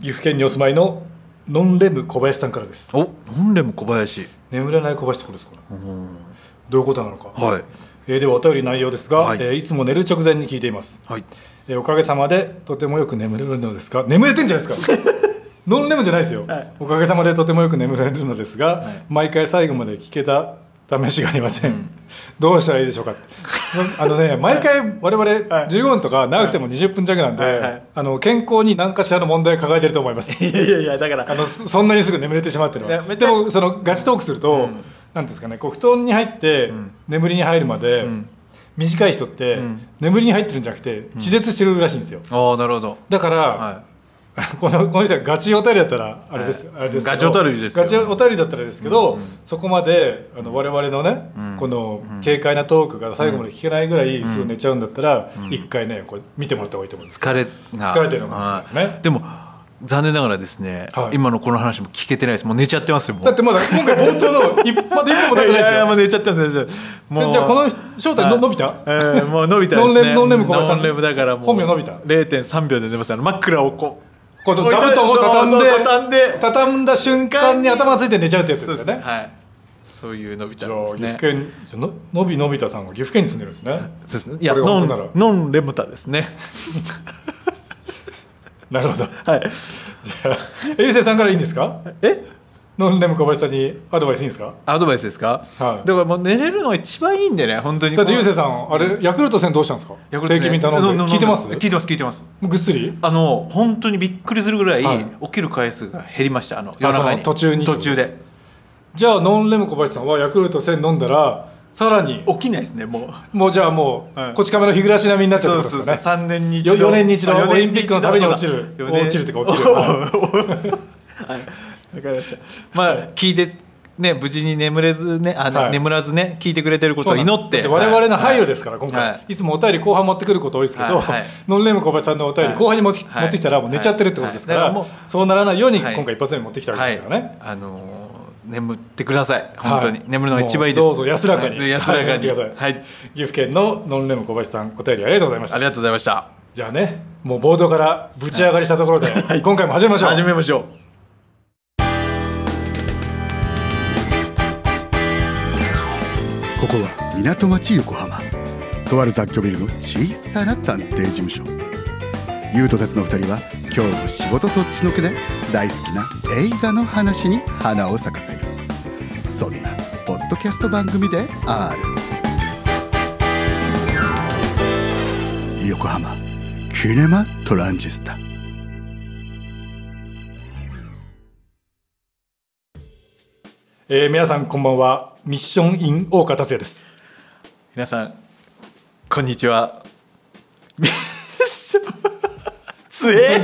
岐阜県にお住まいのノンレム小林さんからですおノンレム小林眠れない小林ってことですかねうんどういうことなのか、はいえーではお便り内容ですが、はいいえーいつも寝る直前に聞いてい ます、はいえーおかげさまでとてもよく眠れるのですが眠れてんじゃないですか ノンレムじゃないですよ、はいおかげさまでとてもよく眠れるのですが、はい毎回最後まで聞けた試しがありません、どうしたらいいでしょうかあのね毎回我々はい15分とか長くても20分弱なんで、はいはいあの健康に何かしらの問題を抱えてると思いますいやいやいやだからあのそそんなにすぐ眠れてしまうっていうのいやめはっちでゃもそのガチトークすると、なんですかねこう布団に入って、眠りに入るまで、ん短い人って、ん眠りに入ってるんじゃなくて気絶してるらしいんですよ、ああなるほどだから、は このこの人はガチおたりだったらあれです、はあいれですけどガチオタリですよガチおたりだったらですけど、そこまであの我々のね、うんこの軽快なトークが最後まで聞けないぐらいすぐ寝ちゃうんだったら一、回ねこれ見てもらった方がいいと思うんいです疲れが疲れてるのかもしれないですねはでも残念ながらですね、はい今のこの話も聞けてないですもう寝ちゃってますよもうだってまだ今回冒頭の一まだ一歩も経ってないいでやすいやもよう寝ちゃってます寝ちゃってもうじゃあこの人正体のはい伸びたえーもう伸びたですねノンレムノンレム小林さんノンレムだからもう本名伸びた0.3秒で寝ますあの枕をこうこの座布団を置いといて畳んでそうそう畳んで畳んだ瞬間に頭がついて寝ちゃうってやつでそうですすよねねはいそういう伸びじたゃんあで岐すね阜県じゃあののびのび太さんは岐阜県に住んでるんですねそうですねいやこれがノ本当ならンノンレムタですねなるほどはいえゆせいさんからいいんですかえノンレム小林さんにアドバイスいいんですかアドバイスですか、はいだからもう寝れるのが一番いいんでね本当にだってゆうせいさんあれヤクルト戦どうしたんですかヤクルト定ね期便頼のんでのの聞いてます聞いてます聞いてますぐっすりあの本当にびっくりするぐらい、はい起きる回数が減りましたあの夜中そにの途中に途中でじゃあノンレム小林さんはヤクルト戦飲んだらさらに起きないですねもうもうじゃあもはういこち亀の日暮らし並みになっちゃうってことですかね3年によ4年に一度あオリンピックのために落ちる四年に一度落ちるっていうかはいわかりましたまあ聞いてね無事に眠れずねあ、ねはい眠らずね聞いてくれてることを祈ってそうなんですだ我々の配慮ですから、はい今回、、はいつもお便り後半持ってくること多いですけど、はいはいノ ンレム小林さんのお便りはい後半に持って,、はい持ってきたらもう寝ちゃってるってことですから,、はいだからもそうならないようにはい今回一発目に持ってきたわけはでいすからね、あのー眠ってください本当に、眠るのが一番いいですもうどうぞ安らかに、はい安らかにはい、はいはい、岐阜県のノンレム小林さんお便りありがとうございましあたりがとうございましたじゃあねもう冒頭からぶち上がりしたところで、今回も始めましょう始めましょうここは港町横浜とある雑居ビルの小さな探偵事務所優斗たちの2人は今日も仕事そっちのけで大好きな映画の話に花を咲かせるそんなポッドキャスト番組である横浜キネマトランジスタえー皆さんこんばんはミッションイン大岡達也です皆さんこんにちは つえ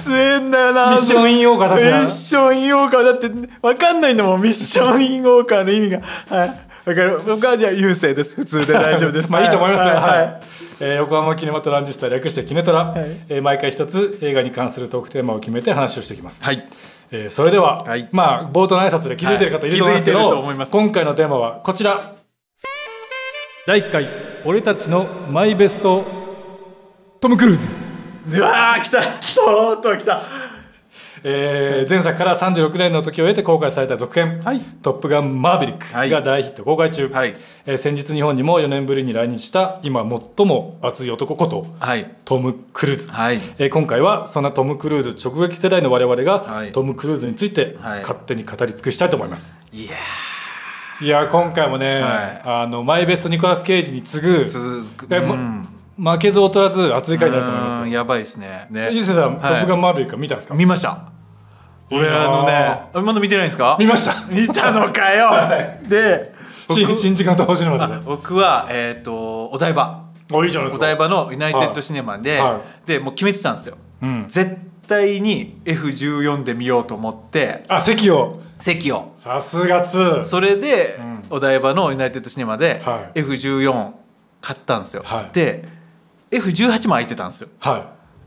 つえんだよなミッションイン大岡ミ達也ッションインウォーカーだってわかんないんだもんミッションインウォーカーの意味がはいわかる僕はじゃあ優勢です普通で大丈夫です まあいいと思いますよ。ははいいはいえー横浜キネマトランジスタ略してキネトラ、はいえー毎回一つ映画に関するトークテーマを決めて話をしていきます。はいえーそれでは、はいまあ冒頭の挨拶で気づいてる方いると思いますけど、はい気づいてると思います今回のテーマはこちら。第1回俺たちのマイベストトム・クルーズ、うわー来たとうとう来たえー前作から36年の時を経て公開された続編「はいトップガンマーヴェリック」はいが大ヒット公開中、はいえー先日日本にも4年ぶりに来日した今最も熱い男ことはいトム・クルーズ、はいえー今回はそんなトム・クルーズ直撃世代の我々が、はいトム・クルーズについてはい勝手に語り尽くしたいと思います、いやい、やー今回もね、はいあのマイベストニコラス・ケイジに次ぐ続くえま負けず劣らず熱い回になると思いますよやばいですねねゆうせいさん、トップガンンマーヴェリック見たんですか見ましたい俺なあーのねあまだ見てないんですか見ました見たのかよ、で新僕新宿の東宝シネマあズ僕はえっ、とお台場でおいいじゃないでおすか台場のユナイテッドシネマで、はいはでもう決めてたんですよ、うん絶対に F14 で見ようと思ってあ席を席をさすが2それで、お台場のユナイテッドシネマではい F14 買ったんですよ、はいで F18 も空いてたんですよは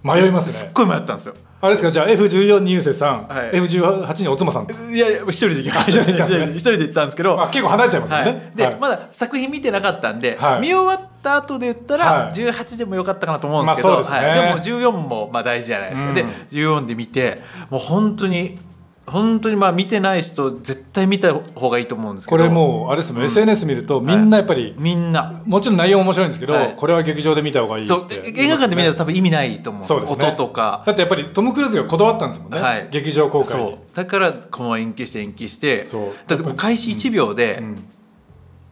い迷いますすっねごい迷ったんですよあれですかじゃあ F14 にゆうせいさん、はい F18 におつまさんいやいや一人で行きましあ一人で行ったたんですね一人で行ったんですけど、あ結構離れちゃいますよはね、い、で、はいまだ作品見てなかったんで、はい見終わった後で言ったはらい18でもよかったかなと思うんですけど、まあそうですねはい、でも14もまあ大事じゃないですか、うんで14で見てもう本当に本当にまあ見てない人絶対見た方がいいと思うんですけこどれもうあれですもん、SNS 見るとみんなやっぱり、みんなもちろん内容も面白いんですけど、はいこれは劇場で見た方がいいってそう映画館で見ないと多分意味ないと思うんですそようですね音とかだってやっぱりトム・クルーズがこだわったんですもんね、はい劇場公開にそうだからこのまま延期して延期してそうだってもう開始1秒で、ん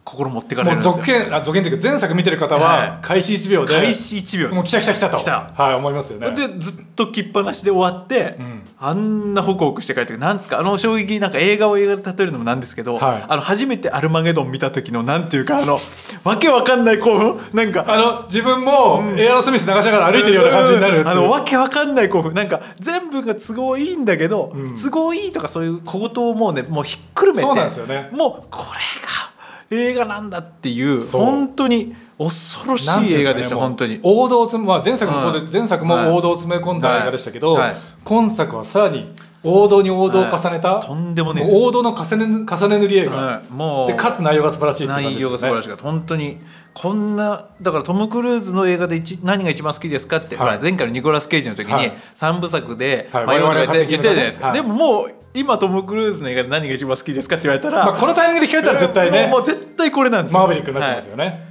心持ってかれもるんうですよ続編あ続編というか前作見てる方ははい開始1秒で、開始1秒ですもう来た来た来たと来たはい、思いますよねでずっと着っぱなしで終わって、んあんなホクホクして帰ってくるなんですかあの衝撃なんか映画を映画で例えるのもなんですけど、はいあの初めて「アルマゲドン」見た時のなんていうかあのわけわかんない興奮なんかあの自分もエアロスミス流しながら歩いてるような感じになるっていう、うんあのわけわかんない興奮なんか全部が都合いいんだけど、都合いいとかそういう小言をもうねもうひっくるめてそうなんですよねもうこれが映画なんだっていうそう本当に恐ろしなんいていうん映す画かねでした、もう本当に。王道をつ、まあ、前作もそうです、うん前作も王道を詰め込んはいだ映画でしたけど、はい今作はさらに王道に王道を重ねた、はいとんでもねえもですう王道の重ね重ね塗り映画、はいもうでかつ内容が素晴らしいっていう感じですよね内容が素晴らしかった本当にこんなだからトム・クルーズの映画で一何が一番好きですかって、はいほら前回のニコラス・ケイジの時にはい3部作ではい迷うとか言って我々が言ってたじゃないですか、はいでももう今トム・クルーズの映画で何が一番好きですかって言われたら、まあ、このタイミングで聞かれたら絶対ねもうもう絶対これなんですよマーヴェリックになっちゃいますよはね、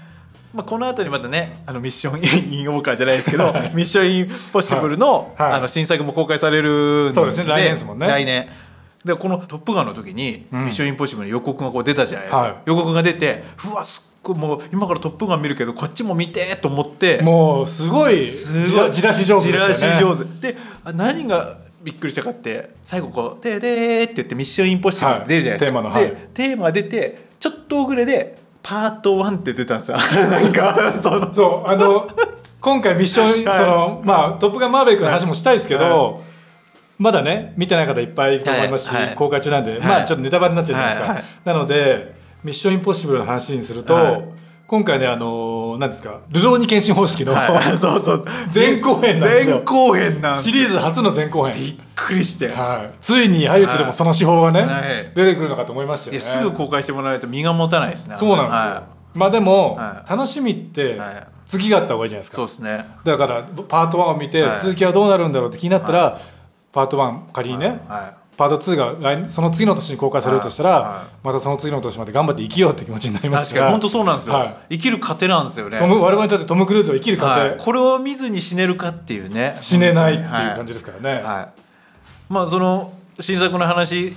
まあ、この後にまたねあのミッション・イン・オーカーじゃないですけどミッション・インポッシブルの,、はいはいあの新作も公開されるんそうですね来年ですもんね来年でこの「トップガン」の時に「んミッション・インポッシブル」の予告がこう出たじゃないですか、はい予告が出てうわすっごいもう今から「トップガン」見るけどこっちも見てと思ってもうすごいすじごいらじらし上手でしたよねじらし上手であ何がびっくりしたかって最後こう「ででー」って言って「ミッションインポッシブル」って出るじゃないですか、はいテーマのでテーマが出てちょっと遅れで「パート1」って出たんですよ なんかそのそうあの今回ミッション、 はいそのまあトップガンマーヴェリックの話もしたいですけど、まだね見てない方いっぱいいると思いますし、はいはい公開中なんで、いまあちょっとネタバレになっちゃうじゃないですか、はいはいなのでミッションインポッシブルの話にすると、はい今回ねあの何ですか流浪に献身方式の、はい、そうそう前後編なんですよ前後編なんです シよリーズ初の前後び編、っくりして、はい、ついにハリウッドでもその手法がね、はい出てくるのかと思いましたよいやねすぐ公開してもらわないと身が持たないですねそうなんですよ、はまあでも、はい楽しみってはい次があった方がいいじゃないですいかそうですねだからパート1を見てはい続きはどうなるんだろうって気になったら、パート1仮にね、はパート2が来年その次の年に公開されるとしたら、はいはいまたその次の年まで頑張って生きようって気持ちになりい、ま確すかに本当そうなんですよ、はい生きる糧なんですよねトム我々にとってトム・クルーズは生きる過程、はい、これを見ずに死ねるかっていうね死ねないっていう感じじですからね、はい、はいまあその新作の話ち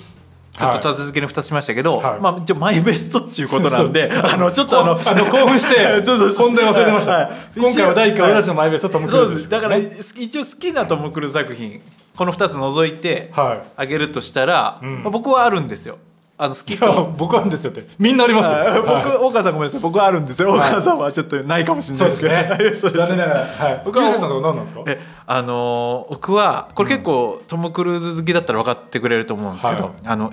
ょっと立て続けに2つしましたけど、はいまあ、一応マイベストっていうことな んであのちょっとあのあ の興奮してそうそうそう本題忘れてました、はい今回は第1回はい俺たちのマイベストトム・クルそーうズですだから一応好きなトム・クルーズ作品この2つ除いてはいあげるとしたら、んまあ僕はあるんですよあの好きいやと。僕はんですよってみんなありますよ、あ僕、 はい大川さんごめんなさい僕はあるんですよ、大川さんはちょっとないかもしれなそいうでですすけどね残念 そうですながら、はい、僕はユースのとこ何なんですかえあのー僕はこれ結構トム・クルーズ好きだったら分かってくれると思うんですけど、はいあの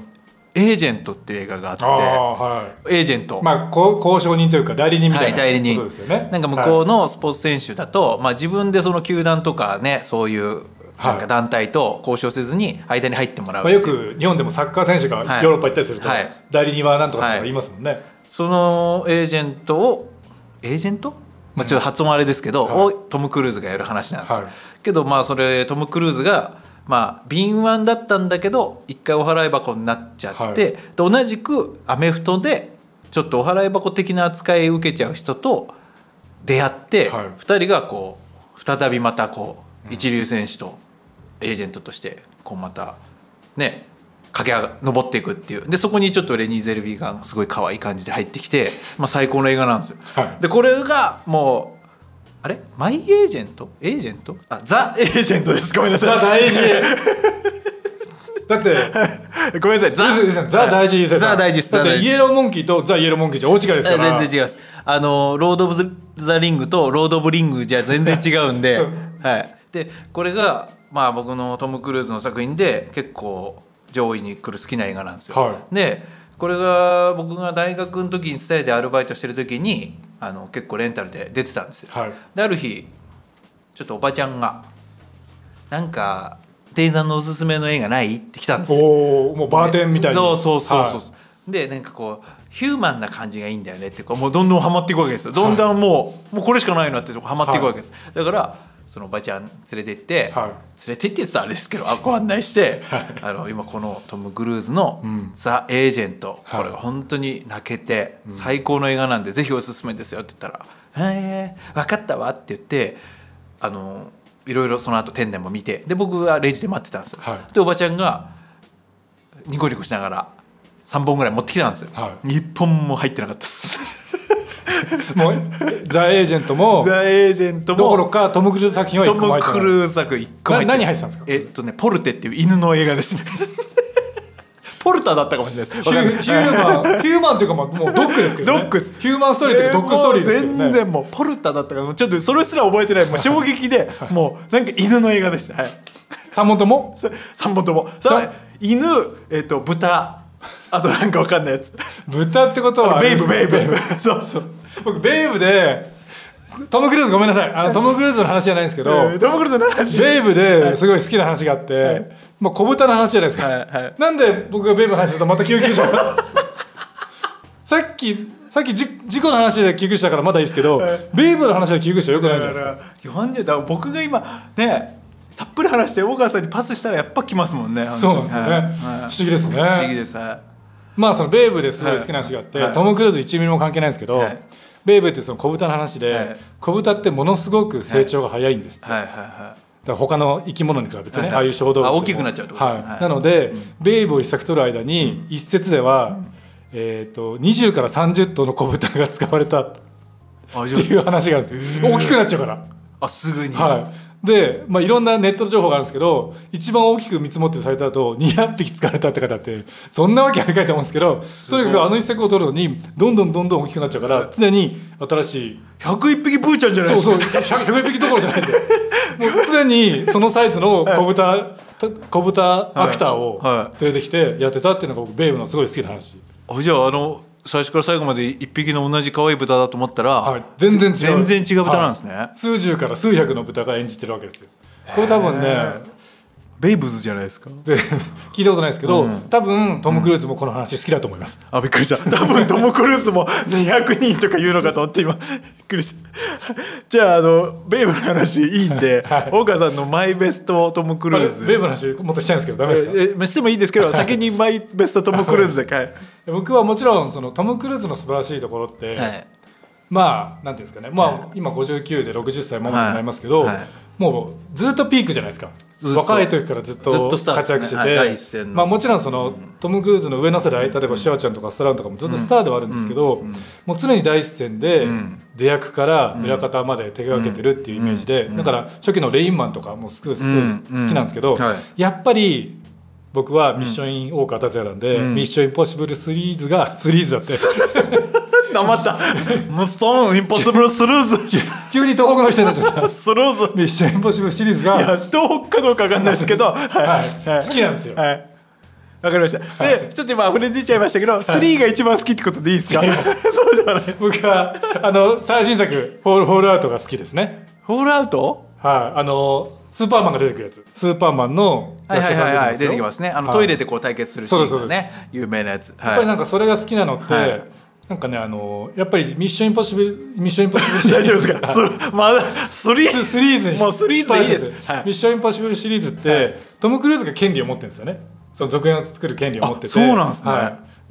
エージェントっていう映画がああっあはいてエージェント、まあ、こう交渉人というか代理人みたはいい、な、代理人そうですよねなんか向こうはいのスポーツ選手だと、まあ、自分でその球団とかねそういうなんか団体と交渉せずに間に入ってもらう、まあ、よく日本でもサッカー選手がはいヨーロッパ行ったりすると、はい代理人はなんとかとか言いますもんね、そのエージェントをエージェントまあ、ちょっと発音あれですけど、はいをトム・クルーズがやる話なんですよ、はいけどまあそれトム・クルーズがまあ敏腕だったんだけど一回お払い箱になっちゃって、はいで同じくアメフトでちょっとお払い箱的な扱いを受けちゃう人と出会って、はい二2人がこう再びまたこう一流選手とエージェントとしてこうまたね駆け上が登っていくっていうでそこにちょっとレニー・ゼルビーがすごい可愛い感じで入ってきて、まあ、最高の映画なんですよ。はいでこれがもうあれマイエージェントエージェントあザ・エージェントですごめんなさザい大 事だってごめんなさいザユースさんザ大事ユースさんザ大事ですだっザて大事イエローモンキーとザイエローモンキーじゃ大違いですかあら全然違いますあのロード・オブ・ザ・リングとロード・オブ・リングじゃ全然違うん で、うんはい、でこれがまあ僕のトム・クルーズの作品で結構上位に来る好きな映画なんですよ、はでこれが僕が大学の時に伝えてアルバイトしてる時にあの結構レンタルで出てたんですよ、はいである日ちょっとおばちゃんがなんか店員さんのおすすめの映画ないって来たんですよおおもうバーテンみたいなそうそうそうそう、でなんかこうヒューマンな感じがいいんだよねってこうもうどんどんハマっていくわけですよどんどんもう,、もうこれしかないなってとこハマっていくわけです、だからそのおばちゃん連れてって、はい連れてってって言ったらあれですけどあご案内して、はいあの今このトム・クルーズのん「ザ・エージェント」はいこれが本当に泣けて最高の映画なんでぜひおすすめですよって言ったら「へえ分かったわ」って言ってあのいろいろその後店内も見てで僕はレジで待ってたんですよ。はいでおばちゃんがニコニコしながら3本ぐらい持ってきたんですよ、は1本も入ってなかったですもうザ・エージェントもザ・エージェントどころもかトム・クルーズ作品はト一個も入っム・てないクルーズ作1個もな何入っないてたんですかえっとねポルテっていう犬の映画で すねポルタだったかもしれないですヒわかんュなヒューマンいヒューマンというかまあもう ドックですけど、ね、ドックですヒューマンストーリーというかドックストーリーですけど、ね、もう全然もうポルタだったかなちょっとそれすら覚えてないも う衝撃でもうなんか犬の映画でした、はい、 3本とも3本ともさ犬、えっと豚あとなんかわかんないやつ豚ってことはベイブベイブ そうそう僕ベイブでトム・クルーズごめんなさいあのトム・クルーズの話じゃないんですけど、えートム・クルーズの話ベイブですごい好きな話があって、まあ、小豚の話じゃないですか、はいはいなんで僕がベイブの話するとまた救急車がさっきさっきじ事故の話で救急車だからまだいいですけど、ベイブの話で救急車よくないじゃだないですかから40だ僕が今ねたっぷり話して大川さんにパスしたらやっぱ来ますもんねそうなんですよね、はいはい不思議ですね不思議ですはまあそのベイブですごい好きな話があって、はいはいトム・クルーズ1ミリも関係ないんですけど、はいベイブってその小豚の話で、はい小豚ってものすごく成長が早いんですって、いはいはいはだから他の生き物に比べてね、はいはいああいう小動物でもあ大きくなっちゃうってことですねはいはいなので、ベイブを一作取る間に、一説では、えー、と20から30頭の小豚が使われたっていあじいゃう話があるんです、大きくなっちゃうから。ああすぐにはいで、まあ、いろんなネット情報があるんですけど一番大きく見積もってるサイトだと200匹使われたって方ってそんなわけないかいと思うんですけどとにかくあの一作を取るのにどんどんどんどん大きくなっちゃうから常に新しい101匹ブーちゃんじゃないそうですかそう 100, 100匹どころじゃない ですよもう常にそのサイズの小豚た小豚アクターをは連れてきてやってたっていうのが僕ベイブのすごい好きな話、あじゃああの最初から最後まで一匹の同じ可愛い豚だと思ったら、はい、全然違う全然違う豚なんですね、はい数十から数百の豚が演じてるわけですよこれ多分ねベイブズじゃないですかで 聞いたことないですけど、多分トム・クルーズもこの話好きだと思います、あびっくりした多分トム・クルーズも200人とか言うのかと思って今びっくりしたじゃああのベイブの話いいんで、 はい大川さんのマイベストトム・クルまあーベイブズの話もっとしたいんですけどダメですか、ええまあしてもいいですけど先にマイベストトム・クルーズではい僕はもちろんそのトム・クルーズの素晴らしいところって、まあなんていうんですかね、まあ今59で60歳もになりますけど、はいはいもうずっとピークじゃないですかずっと若い時からずっずっととスターで活すね躍してはい第一て、線のまあ、もちろんその、トム・クルーズの上の世代例えばシュワちゃんとかスタランとかもずっとスターではあるんですけど、もう常に第一線で、ん出役から裏方まで手がけてるっていうイメージで、だから初期の「レインマン」とかもすごいすごい好きなんですけど、うんうんはいやっぱり。僕はミッションイン大川達也なんで、ミッションインポッシブルシリーズがシリーズだっ てなまったムストーンインポッシブルスルーズ急に東北の人になっちゃったスルーズミッションインポッシブルシリーズいが、やどうかどうかわかんないですけど、はいはい、好きなんですよ。はいわかりました、でちょっと今溢れ出ちゃいましたけど、3が一番好きってことでいいですかそうじゃない僕はあの最新作「フォールフォールアウト」が好きですね。フォールアウトはい、あのスーパーマンが出てくるやつ、スーパーマンのはいはいはいはい、出てきますすね。あの、はいトイレでこう対決するシーそうンですそがうでね、有名なやつ。よ。やっぱりは。ないんかそれが好きなのって、はいなんかねあのやっぱりミッションインポッシブルミッションインポッシブルシリー大ズ丈夫 ですか。すまだスリーシリーズにもうスリーズでいいです。はいはミッい。ションインポッシブルシリーズって、トム・クルーズが権利を持ってるんですよねその続編を作る権利を持っててあそうなんですねい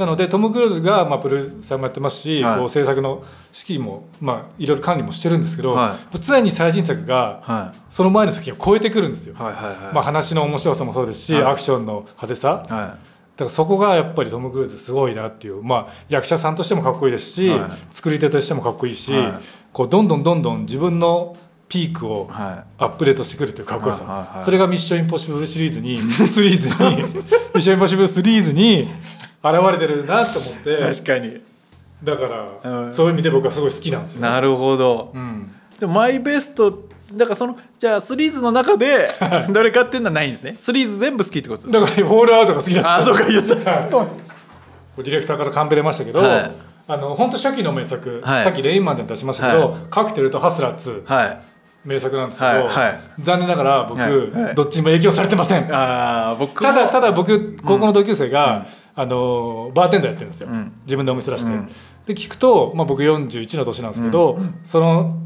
なのでトム・クルーズが、まあ、プロデューサーもやってますし、はいこう制作の指揮も、まあ、いろいろ管理もしてるんですけど、は常に最新作が、はその前の作品を超えてくるんですよ、いはいはい まあ、話の面白さもそうですし、はいアクションの派手さ、だはい。はい。からそこがやっぱりトム・クルーズすごいなっていう、まあ、役者さんとしてもかっこいいですし、は作り手としてもかっこいいし、はいこうどんどんどんどん自分のピークを、はアップデートしてくるというかっこよさ、はいはいはいそれが「ミッションインポッシブル」シリーズ にシリーズに 「ミッションインポッシブル」シリーズに現れてるなと思ってい。確かに。だから、うんそういう意味で僕はすごい好きなんですよ、なるほどう。ん、でもマイベストだからそのじゃあスリーズの中でどれかっていうのはないんですね。スリーズ全部好きってことですだか。からホールアウトが好きだったあー、そうか言った。ディレクターからカンペ出ましたけど、はいあの本当初期の名作、はいさっき「レインマン」でも出しましたけど、はカクテルと「ハスラー2」はい。名作なんですけど、はいはい残念ながら僕、はいはいどっちにも影響されてませんたああ僕もだただ僕高校の同級生が、あのーバーテンダーやってるんですよ、うん自分でお店出して、うんで聞くと、まあ、僕41の年なんですけど、その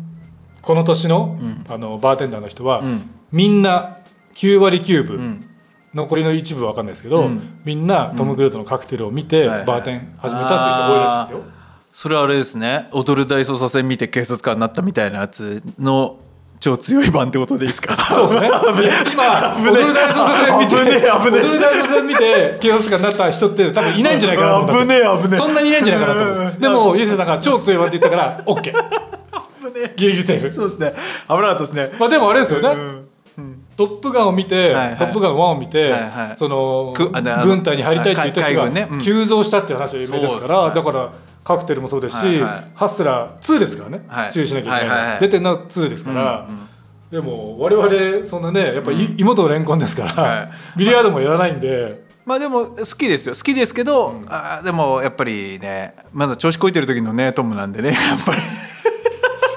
この年の,、んあのバーテンダーの人は、うんみんな9割9分、うん残りの一部は分かんないですけど、うんみんなトム・クルーズのカクテルを見て、はいはいバーテン始めたっていう人が多いらしいですよ。それはあれですね踊る大捜査線見て警察官になったみたいなやつの超強い版ってことでいいです かそうですね。今、危ねえ踊る大捜査線見て、危ねえ危踊ねえる大捜査線見て、警察官になった人って多分いないんじゃないかなと思ったんですよ。危ねえ危ねえそんなにいないんじゃないかなと思ったんです。でも、ゆうせいさんが超強いわって言ったから、オッケ ー。ギリギリセーフ。そうですね危なかったですねまあでもあれですよね。うんトップガンを見て、はいはいトップガン1を見て、はいはいそのくあのあの軍隊に入りたいって言った人海海軍ねうがん急増したっていう話が有名ですから、そうですねだからカクテルもそうですし、はいはいハスラー2ですからね、はい注意しなきゃいけないの、はいはいはい出てるのは2ですから、でも我々そんなねやっぱり、妹のレンコンですから、はビリヤードもやらないんで、まあでも好きですよ好きですけど、あーでもやっぱりねまだ調子こいてる時のねトムな んでねやっぱり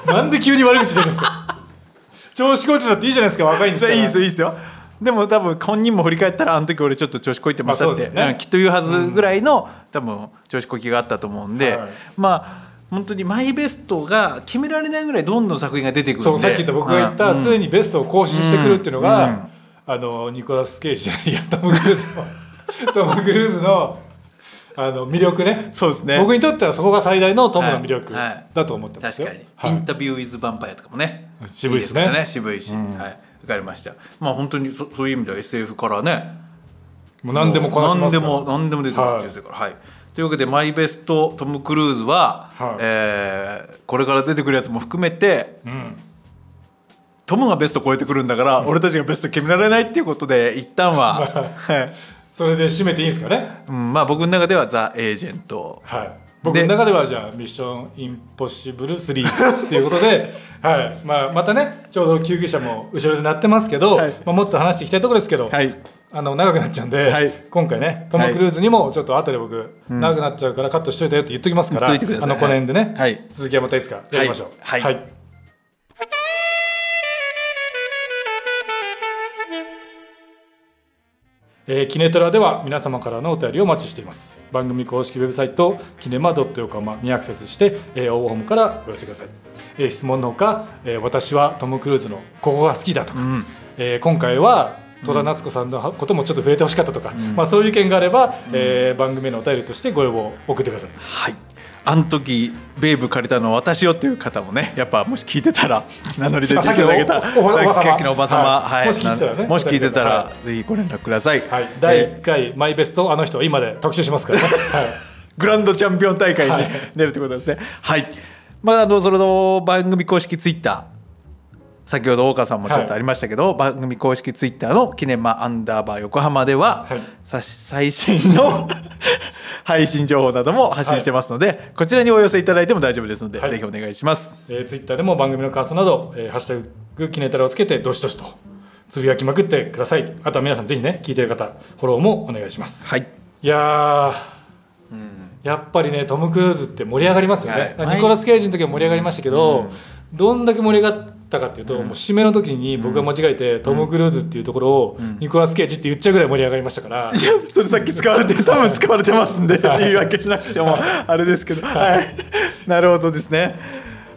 なんで急に悪口出るんですか 調子こいてたっていいじゃないですか若いんですそかられいいですよいいですよでも多分本人も振り返ったらあの時俺ちょっと調子こいてましたまあっそうて、ですよねうんきっと言うはずぐらいの、多分調子こきがあったと思うんで、はいまあ本当にマイベストが決められないぐらいどんどん作品が出てくるんでそうさっき言った僕が言った、うん常にベストを更新してくるっていうのが、うんうんあのニコラス・ケイジいやトム・クルーズ のトム・クルーズのあの魅力ねそうですね僕にとってはそこが最大のトムの魅力はいはいだと思ってます確よ、かはいに、インタビュー・ウィズ・ヴァンパイアとかもね渋いですねから渋いし、はい分かりましたまあ本当にそそういう意味では SF からねもう何でもこなしますからもう何でも何でも出てます、はい中世からはいというわけでマイベストトム・クルーズは、はいえーこれから出てくるやつも含めてうん、トムがベスト超えてくるん だから俺たちがベスト決められないっていうことで一旦は、はいそれで締めていいんですかねうん、まあ僕の中ではザ・エージェントはい僕の中ではじゃあ「ミッションインポッシブル3」っていうこと で、はいまあ、またねちょうど救急車も後ろで鳴ってますけど、はいまあ、もっと話していきたいところですけど、はいあの長くなっちゃうんで、はい今回ねトム・クルーズにもちょっと後で僕、長くなっちゃうからカットしといたよって言っときますから言っといてくださいあのこの辺でね、はい続きはまたいつかやりましょうはいはいえーキネトラでは皆様からのお便りをお待ちしています番組公式ウェブサイトキネマドット横浜にアクセスして、えー応募フォームからお寄せください、えー質問のほか、えー私はトム・クルーズのここが好きだとか、んえー今回は戸田夏子さんのこともちょっと触れてほしかったとか、まあ、そういう意見があれば、えー番組へのお便りとしてご要望を送ってくださいはいあの時ベイブ借りたのは私よっていう方もねやっぱもし聞いてたら名乗り出ていただけたらさっきのおおおば様さっきのおばさま、はいもし聞いてたらねなもし聞いてたらはぜひご連絡ください、はい、第えー1回、マイベストあの人今で特集します からね、はいグランドチャンピオン大会はにい出るということですね。はい。まあ、あの、それの番組公式ツイッター。先ほど大川さんもちょっとありましたけど、番組公式ツイッターの「キネマアンダーバー横浜」では、はいさ最新の 配信情報なども発信してますので、こちらにお寄せいただいても大丈夫ですので、はいぜひお願いします。えー、ツイッターでも番組の感想など「えーハッシュタグキネタラ」をつけてどしどしとつぶやきまくってくださいあとは皆さんぜひね聞いてる方フォローもお願いしますはい、いやーやっぱりねトム・クルーズって盛り上がりますよね、はいニコラス・ケイジの時は盛り上がりましたけど、どんだけ盛り上がったかっていうと、もう締めの時に僕が間違えて、トム・クルーズっていうところを、ニコラス・ケイジって言っちゃうぐらい盛り上がりましたからいや それさっき使われ て多分使われてますんで、言い訳しなくてもあれですけど、 はい、 なるほどですね。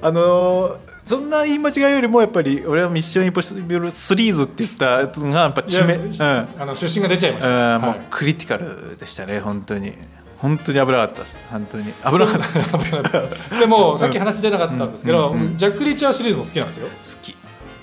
あのーそんな言い間違いよりもやっぱり俺は「ミッションインポッシブルシリーズ」って言ったやつがやっぱいや致命、うんあの出身が出ちゃいました、うんもはういクリティカルでしたね本当に本当に危なかったです本当に危なかった 好でもさっき話出なかったんですけど、ジャック・リーチャーシリーズも好きなんですよき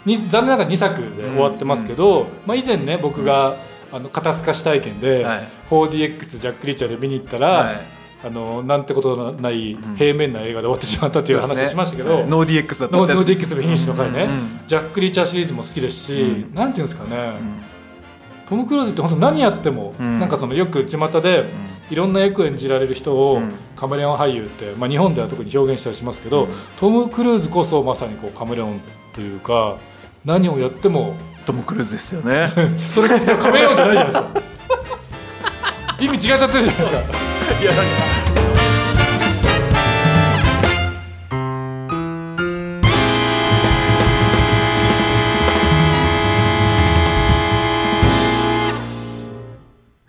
に残念ながら2作で終わってますけど、まあ、以前ね僕が、あの肩透かし体験で、はい 4DX ジャック・リーチャーで見に行ったら、はいあのなんてことのない平面な映画で終わってしまったっていうそうです話ねをしましたけど、はいノー DX だったノーノーディやックス・フィニッシュの回ね、うんうんジャック・リーチャーシリーズも好きですし、うなんていうんですかね、トム・クルーズって本当何やっても、んなんかそのよく巷で、いろんな役を演じられる人を、んカメレオン俳優って、まあ、日本では特に表現したりしますけど、トム・クルーズこそまさにこうカメレオンというか何をやってもつトム・クルーズですよね それカメレオンじゃないじゃないで すか意味違っちゃってるじゃないですか。いやなんか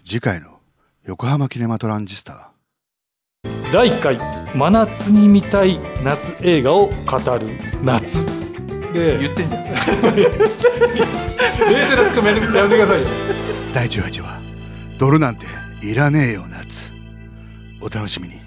次回の横浜キネマトランジスタ第1回「真夏に見たい夏映画を語る夏」で言ってんじゃん冷静なツッコミやめてやめてくださいよ第18話「泥なんていらねえよ夏」お楽しみに